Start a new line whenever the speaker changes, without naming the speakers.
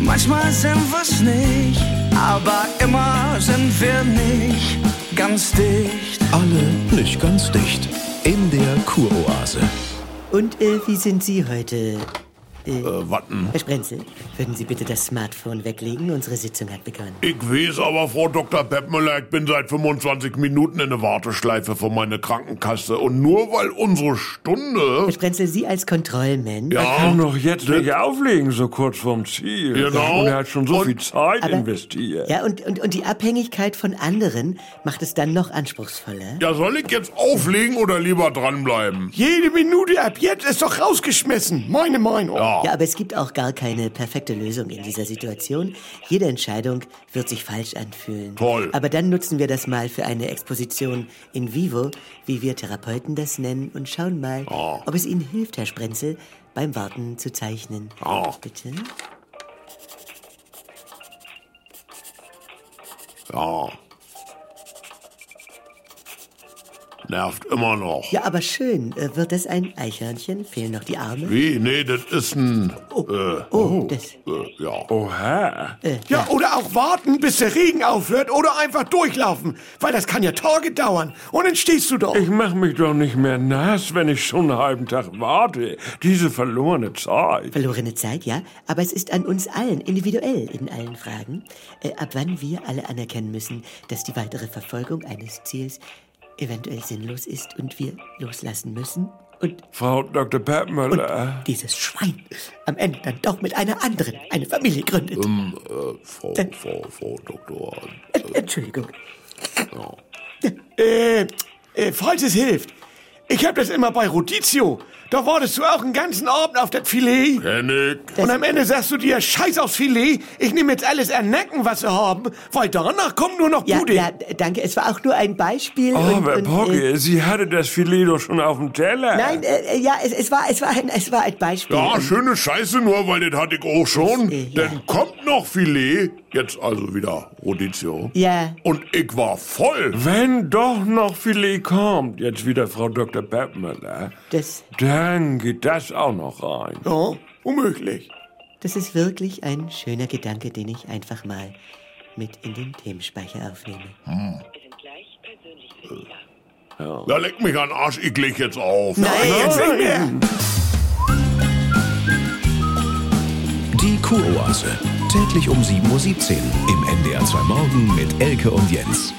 Manchmal sind wir's nicht, aber immer sind wir nicht ganz dicht.
Alle nicht ganz dicht. In der Kuroase.
Und äh, wie sind Sie heute?
Äh, warten.
Herr Sprenzel, würden Sie bitte das Smartphone weglegen? Unsere Sitzung hat begonnen.
Ich weiß aber, Frau Dr. Peppmüller, ich bin seit 25 Minuten in der Warteschleife für meine Krankenkasse. Und nur weil unsere Stunde...
Herr Sprenzel, Sie als Kontrollmensch.
Ja,
Kann doch jetzt nicht auflegen, so kurz vorm Ziel.
Genau.
Und er hat schon so
Und-
viel Zeit
Aber-
investiert.
Ja, und, und, und die Abhängigkeit von anderen macht es dann noch anspruchsvoller.
ja, soll ich jetzt auflegen oder lieber dranbleiben?
Jede Minute ab jetzt ist doch rausgeschmissen. Meine Meinung.
Ja.
Ja, aber es gibt auch gar keine perfekte Lösung in dieser Situation. Jede Entscheidung wird sich falsch anfühlen.
Toll.
Aber dann nutzen wir das mal für eine Exposition in vivo, wie wir Therapeuten das nennen, und schauen mal,
Ah.
ob es Ihnen hilft, Herr Sprenzel, beim Warten zu zeichnen.
Ah.
Bitte?
Ja. Nervt immer noch.
Ja, aber schön. Äh, Wird das ein Eichhörnchen? Fehlen noch die Arme?
Wie? Nee, das ist ein... Äh,
Oh, das.
äh, ja.
Oha.
Äh,
Ja, oder auch warten, bis der Regen aufhört oder einfach durchlaufen. Weil das kann ja Tage dauern. Und dann stehst du doch.
Ich mach mich doch nicht mehr nass, wenn ich schon einen halben Tag warte. Diese verlorene Zeit.
Verlorene Zeit, ja, aber es ist an uns allen, individuell in allen Fragen, äh, ab wann wir alle anerkennen müssen, dass die weitere Verfolgung eines Ziels eventuell sinnlos ist und wir loslassen müssen und,
Frau Dr.
und
Peppmüller.
dieses Schwein am Ende dann doch mit einer anderen eine Familie gründet.
Äh, Frau, Frau, Frau Doktor.
Äh, Entschuldigung.
Äh, äh, falls es hilft. Ich hab das immer bei Rodizio. Da wartest du auch einen ganzen Abend auf das Filet.
Hennig.
Und am Ende sagst du dir, scheiß aufs Filet, ich nehme jetzt alles an Nacken, was wir haben, weil danach kommt nur noch
Ja,
Bude.
ja, danke, es war auch nur ein Beispiel. und,
Aber
und, äh,
Oh, Pogge, Sie hatte das Filet doch schon auf dem Teller.
Nein, äh, ja, es, es, war, es, war ein, es war ein Beispiel.
Ja,
Und-
schöne Scheiße nur, weil das hatte ich auch schon.
äh, ja.
Dann kommt noch Filet. Jetzt also wieder Rodizio.
Ja.
Und ich war voll.
Wenn doch noch Filet kommt, jetzt wieder Frau Dr. Peppmüller,
Das,
dann geht das auch noch rein.
Ja, unmöglich.
Das ist wirklich ein schöner Gedanke, den ich einfach mal mit in den Themenspeicher aufnehme.
Da leck mich an Arsch, ich leg jetzt auf.
Nein,
Jetzt nicht mehr.
Die Kuroase. Täglich um 7.17 Uhr im NDR 2 Morgen mit Elke und Jens.